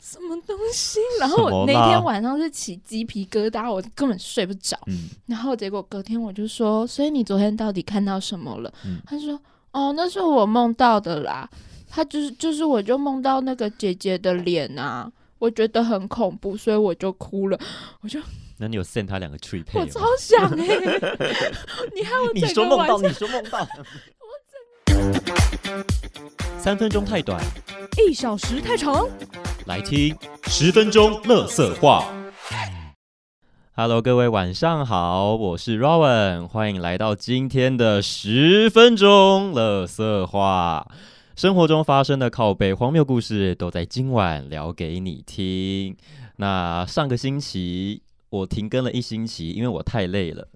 什么东 西？然后我什么啦那天晚上是起鸡皮疙瘩，我根本睡不着。嗯，然后结果隔天我就说，所以你昨天到底看到什么了？嗯他说，哦，那是我梦到的啦。他就是就是，我就梦到那个姐姐的脸啊，我觉得很恐怖，所以我就哭了。那你有 send 他两个 tree 配我吗？超想哎、 你看我你整说个梦晚到，上你说梦 到，三分钟太短，一小时太长。来听十分钟乐色话。Hello，各位晚上好，我是 Rowan，欢迎来到今天的十分钟乐色话。生活中发生的靠背荒谬故事都在今晚聊给你听。那上个星期我停更了一星期，因为我太累了。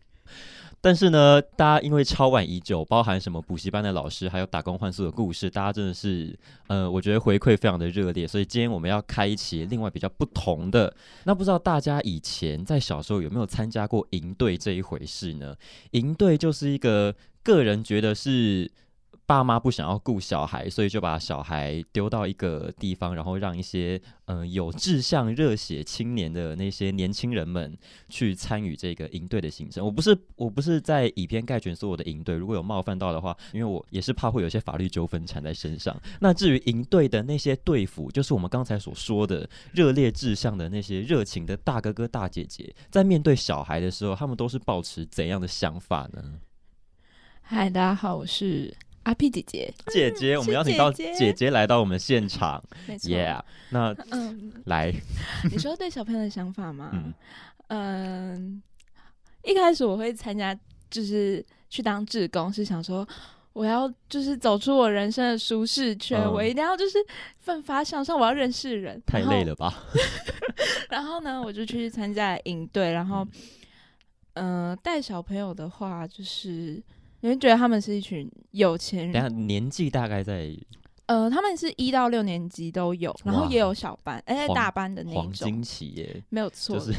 但是呢，大家因为超晚已久，包含什么补习班的老师，还有打工换宿的故事，大家真的是呃，我觉得回馈非常的热烈，所以今天我们要开启另外比较不同的。那不知道大家以前在小时候有没有参加过营队这一回事呢？营队就是一个个人觉得是。爸妈不想要顾小孩，所以就把小孩丢到一个地方，然后让一些嗯、呃有志向、热血青年的那些年轻人们去参与这个营队的行程。我不是我不是在以偏概全说我的营队，如果有冒犯到的话，因为我也是怕会有一些法律纠纷缠在身上。那至于营队的那些队服，就是我们刚才所说的热烈志向的那些热情的大哥哥大姐姐，在面对小孩的时候，他们都是抱持怎样的想法呢？嗨，大家好，我是阿 P 姐姐，姐姐，我们邀请到姐姐姐姐来到我们现场没错。 ，Yeah，那嗯，来， 你说对小朋友的想法吗？嗯嗯，一开始我会参加，就是去当志工，是想说我要就是走出我人生的舒适圈，嗯我一定要就是奋发向上，我要认识人。太然后累。了吧？然后呢，我就去参加营队，然后嗯，嗯、带小朋友的话，就是你会觉得他们是一群有钱等一下人，年纪大概在呃，他们是一到六年级都有，然后哇也有小班，哎、黄大班的那黄一金种，期耶，没有嗯错，就是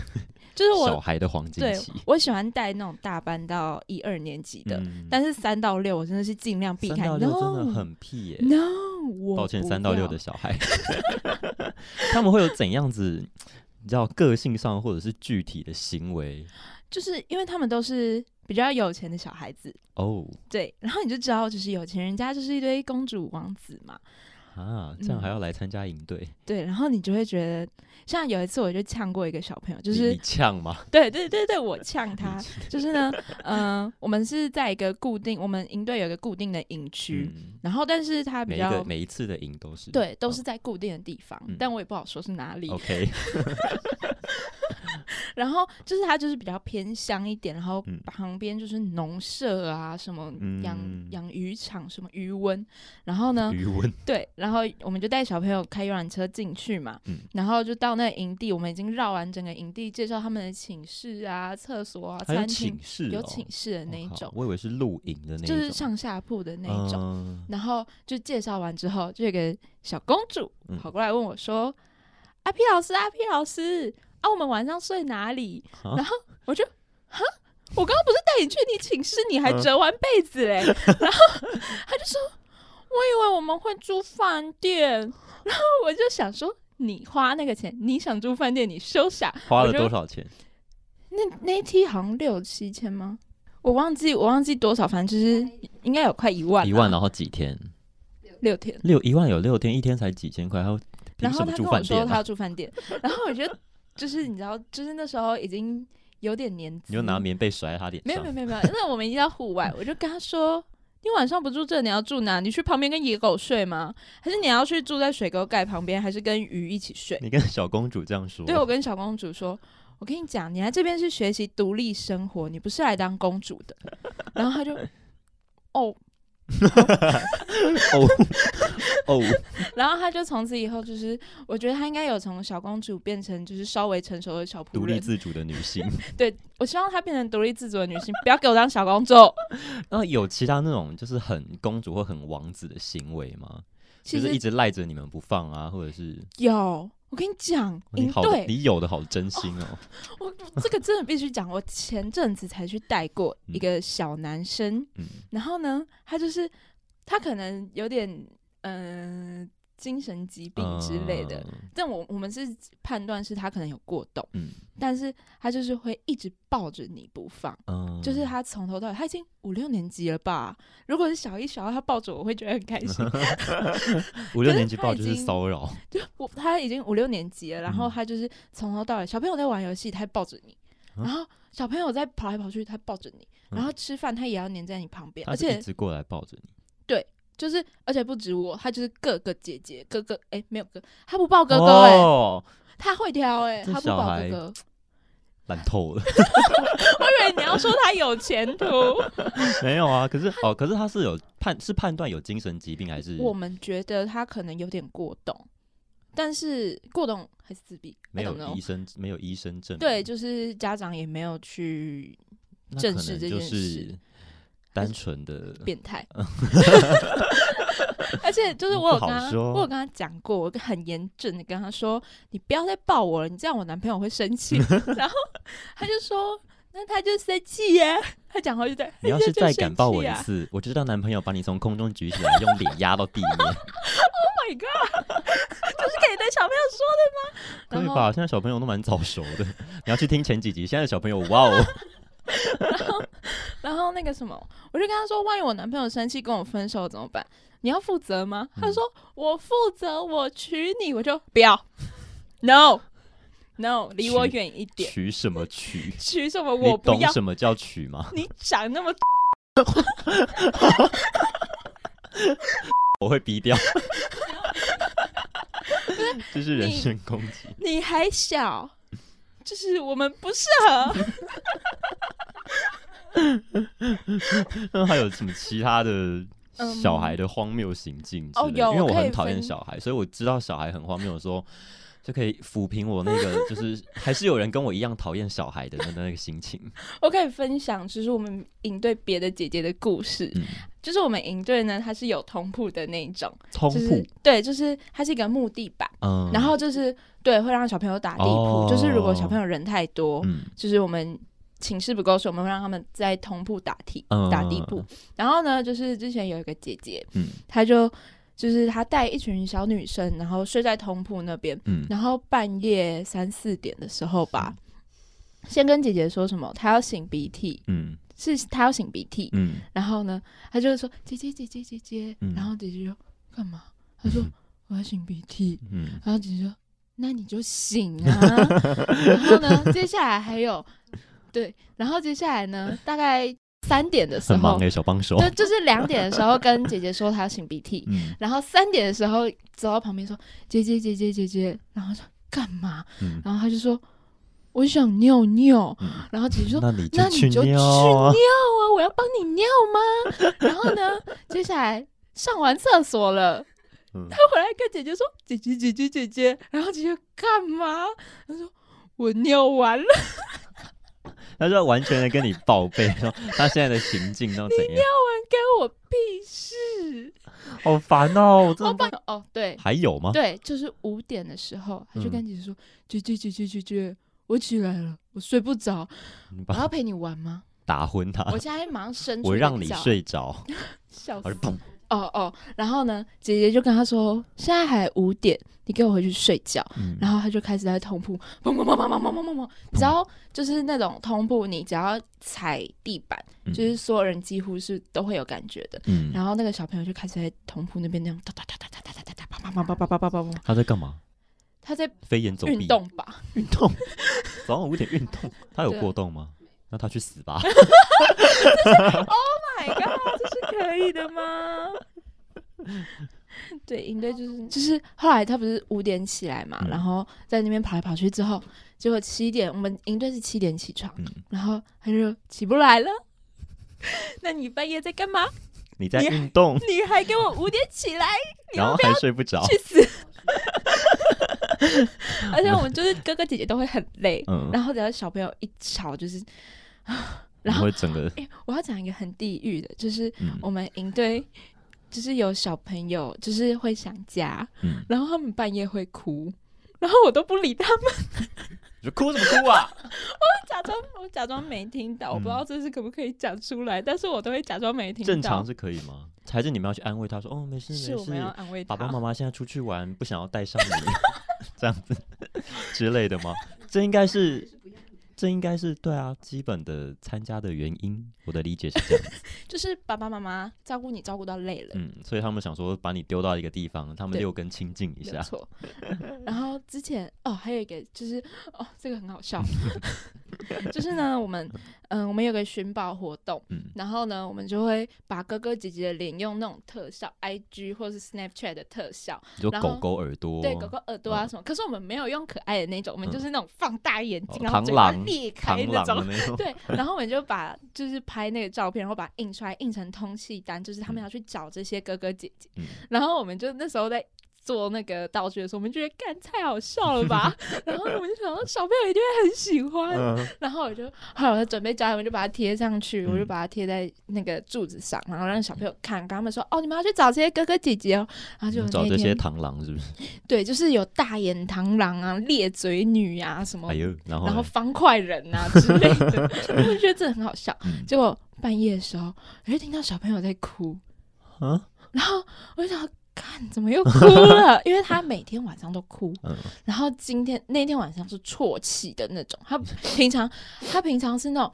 就是我小孩的黄金对期。，我喜欢带那种大班到一二年级的，嗯但是三到六我真的是尽量避三开。到 no 六真的很屁耶， no，我抱歉，不三到六要的小孩， 他们会有怎样子？你知道个性上或者是具体的行为就是因为他们都是比较有钱的小孩子，哦对，然后你就知道，就是有钱人家就是一堆公主王子嘛，啊，这样还嗯要来参加营队？对，然后你就会觉得，像有一次我就呛过一个小朋友，就你是你呛吗？对对对对，我呛他你，就是呢，嗯、我们是在一个固定，我们营队有一个固定的营区，嗯，然后但是他比每一个较。每一次的营都是对，都是在固定的地方，嗯哦但我也不好说是哪里。 OK，然后就是它就是比较偏乡一点，然后嗯旁边就是农舍啊，什么养、嗯养鱼场，什么鱼温，然后呢，余温对，然后我们就带小朋友开游览车进去嘛，嗯然后就到那个营地，我们已经绕完整个营地，介绍他们的寝室啊、厕所啊、还有餐厅寝，室哦，有寝室的那一哦好种，我以为是露营的那一种，就是上下铺的那一种。嗯然后就介绍完之后，就有个小公主嗯跑过来问我说：“阿 P 老师，阿 P 老师，啊，我们晚上睡哪里？”啊然后我就哈。我刚刚不是带你去你寝室，你嗯还折完被子嘞、 然后他就说：“我以为我们会住饭店。”然后我就想说：“你花那个钱，你想住饭店，你休想！”花了我就多少钱？那那一梯好像六七千吗？我忘记我忘记多少，反正就是应该有快一万，一万，然后几天？六天。六一万有六天，一天才几千块，还有然凭后什他么跟住我饭说店他啊？要住饭店，然后我觉得就是你知道，就是那时候已经有点年纪，你就拿棉被甩在他脸嗯没有上没有。没有没有，那我们一定要户外，我就跟他说。你晚上不住这，你要住哪？你去旁边跟野狗睡吗？还是你要去住在水沟盖旁边，还是跟鱼一起睡？你跟小公主这样说，对我跟小公主说，我跟你讲，你来这边是学习独立生活，你不是来当公主的。然后他就，哦，哦哦， 然后他就从此以后就是，我觉得他应该有从小公主变成就是稍微成熟的小仆独立人，自主的女性。我希望她变成独立自主的女性，不要给我当小公主。然后有其他 那种就是很公主或很王子的行为吗？ 其就是一实嗯直赖着你们不放啊，或者是有，我跟你讲，你营好，队，你有的好真心哦。我这个真的必须讲。我前阵子才去带过一个小男生，嗯，然后呢，他就是他可能有点嗯、呃精神疾病之类的。但我我们是判断是他可能有过动，嗯但是他就是会一直抱着你不放。嗯，嗯就是他从头到尾，他已经五六年级了吧？如果是小一、小二，他抱着我会觉得很开心。五可六是年级他报已就是经骚扰，就我他已经五六年级了，然后嗯他就是从头到尾，小朋友在玩游戏，他抱着你；啊然后小朋友在跑来跑去，他抱着你；嗯然后吃饭他也要黏在你旁边，他而就一且直过来抱着你。就是而且不止我，他就是各个姐姐哥哥，哎、没有哥，他不抱哥哥、哎、哦，他会挑、哎，这他不小抱孩哥哥。懒透了。 我以为你要说他有前途，没有啊，可是哦，可是他是有判是判断有精神疾病还是我们觉得他可能有点过动，但是过动还是自闭，没 I 有 don't know 医生没有医生证明？哦对，就是家长也没有去那正可视能这就件是事单纯的变 态，而且就是我有跟不好他，说我有跟他讲过，我很严正的跟他说，你不要再抱我了，你这样我男朋友会生气。然后他就说，那他就生气耶。他讲 话就在， 你要是再敢抱我一呀、啊、次，我就让男朋友把你从空中举起来，用脸压到地 面， ，Oh my god，就是可以对小朋友说可的吗？然以后吧？现在小朋友都蛮早熟的， 你要去听前几集，现在小朋友哇 哦，然后那个什么，我就跟他说，万一我男朋友生气跟我分手怎么办？你要负责吗？嗯他说我负责，我娶你，我就不要，no no，离我娶远一点。取什么取？娶什么你我不懂要，什么叫取吗？ 你长那么我会逼掉， 这是人身攻击。你还小， 就是我们不适合。那还有什么其他的小孩的荒谬行径之类嗯哦有因为我我可以很讨厌分小孩，所以我知道小孩很荒谬的时候， 就可以抚平我那个， 就是还是有人跟我一样讨厌小孩的那那个心情。我可以分享，就是我们营队别的姐姐的故事。嗯，就是我们营队呢，它是有通铺的那一种，通就是铺，对，就是它是一个木地板，嗯，然后就是对会让小朋友打地铺，哦就是如果小朋友人太多，嗯就是我们。寝室不够睡，我们会让他们在通铺打地嗯打地铺。然后呢，就是之前有一个姐姐，嗯她就就是她带一群小女生，然后睡在通铺那边，嗯，然后半夜三四点的时候吧，先跟姐姐说什么，她要擤鼻涕，嗯是她要擤鼻涕，嗯然后呢，她就说姐姐姐姐姐姐，嗯然后姐姐说干嘛？她说我要擤鼻涕，嗯，然后姐姐说那你就擤 啊，然后呢，接下来还有对，然后接下来呢，大概三点的时很忙候哎、，小帮手。就就是两点的时候跟姐姐说她要擤鼻涕，嗯然后三点的时候走到旁边说：“姐姐姐姐姐姐。”然后说：“干嘛嗯？”，然后他就说：“我想尿尿。嗯”然后姐姐说：“那你就那你就去尿尿啊 啊！我要帮你尿吗？”然后呢，接下来上完厕所了，嗯他回来跟姐姐说：“姐姐姐姐姐姐。”然后姐姐干嘛？他说：“我尿完了，他说完全的跟你报备，说他现在的行径都怎样，干我屁嗯事好烦哦！我！”真哦，的不哦，对还有吗？对，就是五点的时候，他就嗯跟姐姐说：“姐姐姐姐姐姐，我起来了，我睡不啊着。”你我把要陪你玩吗？打昏他，我现在马上伸出啊我一个让你脚，睡着，笑死我就！ 砰，哦哦，然后呢，姐姐就跟他说，现在还五点，你给我回去睡觉。嗯然后他就开始在通铺，砰砰砰砰砰砰砰砰砰，只要就是那种通铺，你只要踩地板，就是所有人几乎是都会有感觉的。嗯，然后那个小朋友就开始在通铺那边那样哒哒哒哒哒哒哒哒哒，砰砰砰砰砰砰砰砰，他在干嘛？他在飞檐走壁，运动吧？运动，早上五点运动，他有对过动吗？那他去死 吧！ my god，这是可以的吗？ 对，应对就是就是后来他不是五点起来嘛，嗯然后在那边跑来跑去之后，结果七点我们应对是七点起床，嗯然后他就起不来了。 那你半夜在干嘛？你在你运动，你还给我五点起来，你然要后还睡不着，去死！ 而且我们就是哥哥姐姐都会很累，嗯，然后只要小朋友一吵就是，你然后会整个，哎、哦我要讲一个很地狱的，就是嗯我们营队就是有小朋友，就是会想家，嗯，然后他们半夜会哭，然后我都不理他们，你说哭什么哭啊？假装我假装没听到，我不知道这是可不可以讲出来，但是我都会假装 没听到。嗯正常是可以吗？还是你们要去安慰他说，哦，没事是没我们要事，安慰他。爸爸妈妈现在出去玩，不想要带上你， 这样子之类的吗？这应该是，这应该是对啊，基本的参加的原因，我的理解是这样。就是爸爸妈妈照顾你照顾到累了，嗯，所以他们想说把你丢到一个地方，他们对六根清净一没下有。错。 然后之前哦，还有一个就是哦，这个很好 笑，就是呢，我们嗯、我们有个寻宝活动，嗯然后呢，我们就会把哥哥姐姐的脸用那种特效，IG 或是 Snapchat 的特效，你说然狗后狗耳朵，对狗狗耳朵啊嗯什么。可是我们没有用可爱的那种，我们嗯就是那种放大眼睛，哦然后螳嘴巴螂裂开螳那螂种的。那种， 对，然后我们就把就是拍那个照片，然后把它印出来，印成通气单，就是他们嗯要去找这些哥哥姐姐。嗯然后我们就那时候在做那个道具的时候，我们觉得干太好笑了 吧，然后我们就想说小朋友一定会很喜欢。嗯然后我就后来我就准备教他们，就把它贴上去，我就嗯把它贴在那个柱子上，然后让小朋友看，跟他们说哦，你们要去找这些哥哥姐姐哦。然后就嗯找那这些天螳螂是不是？对，就是有大眼螳螂啊、裂嘴女啊什么哎呦，然后然后嘞方块人啊之类 的，我就觉得这很好笑。 嗯结果半夜的时候，我就听到小朋友在哭，啊，然后我就想，看怎么又哭了？因为他每天晚上都哭，嗯然后今天那天晚上是啜泣的那种。他平常他平常是那种，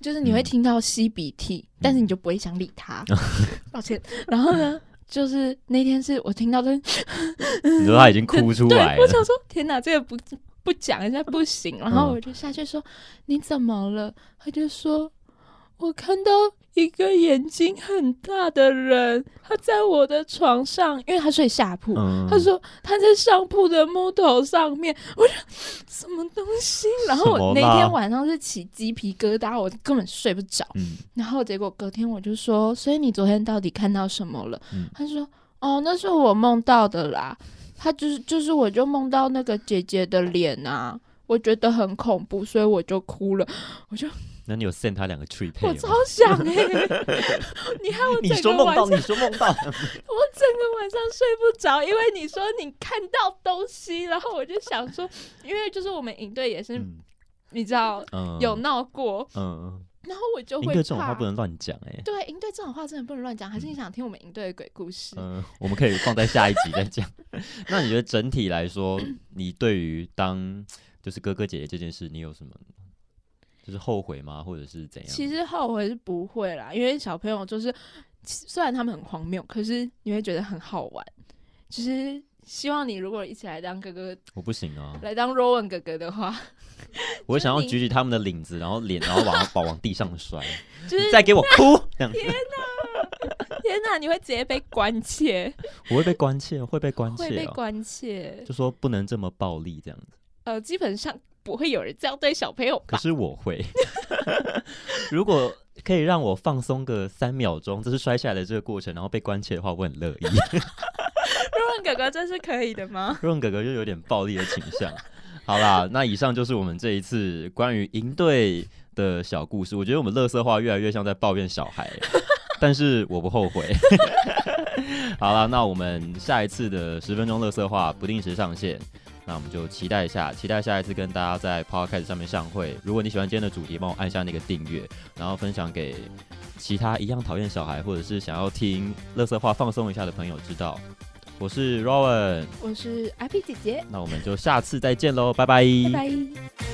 就是你会嗯听到吸鼻涕，但是你就不会想理他。抱歉。然后呢，就是那天是我听到这。你说他已经哭出来我了，想说，天哪，这个不不讲一下不行。然嗯后我就下去说、你怎么了？他就说我看到一个眼睛很大的人，他在我的床上，因为他睡下铺。嗯，他说他在上铺的木头上面，我就什么东西？然后我那什么啦天晚上是起鸡皮疙瘩，我根本睡不着。嗯，然后结果隔天我就说，所以你昨天到底看到什么了？嗯他说，哦，那是我梦到的啦。他就是就是，我就梦到那个姐姐的脸啊，我觉得很恐怖，所以我就哭了。那你有 send 他两个 tree 配我吗？超 想哎、 你害我你整说个梦晚上，到，我你说梦 到，整个晚上睡不着，因为你说你看到东西，然后我就想说，因为就是我们营队也是，嗯你知道嗯有闹过，嗯，然后我就应会该这种话怕不能乱讲哎，对，营队这种话真的不能乱讲，还是你想听我们营队的鬼故事？嗯，我们可以放在下一集再讲。 那你觉得整体来说，你对于当就是哥哥姐姐这件事，你有什么就是后悔吗，或者是怎样？其实后悔是不会啦，因为小朋友就是其虽然他们很荒谬，可是你会觉得很好玩。就是希望你如果一起来当哥哥，我不行啊，来当 Rowan 哥哥的话，我想要你举起他们的领子，然后脸，然后往 往往地上摔，就你是再给我哭，这样子天哪，你会直接被关切，我会被关切，会被关会切被哦，关切。就说不能这么暴力这样子。呃，基本上不会有人这样对小朋友可吧？是我会， 如果可以让我放松个三秒钟，这是摔下来的这个过程，然后被关切的话，我很乐意。 Rowan 哥哥这是可以的吗？润哥哥就有点暴力的倾向。好啦，那以上就是我们这一次关于营队的小故事。我觉得我们乐色话越来越像在抱怨小孩， 但是我不后悔。 好啦，那我们下一次的十分钟乐色话不定时上线，那我们就期待一下，期待下一次跟大家在 Podcast 上面相会。如果你喜欢今天的主题，帮我按下那个订阅，然后分享给其他一样讨厌小孩或者是想要听乐色话放松一下的朋友知道。我是 Rowan。我是 IP 姐姐，那我们就下次再见喽，拜拜拜拜。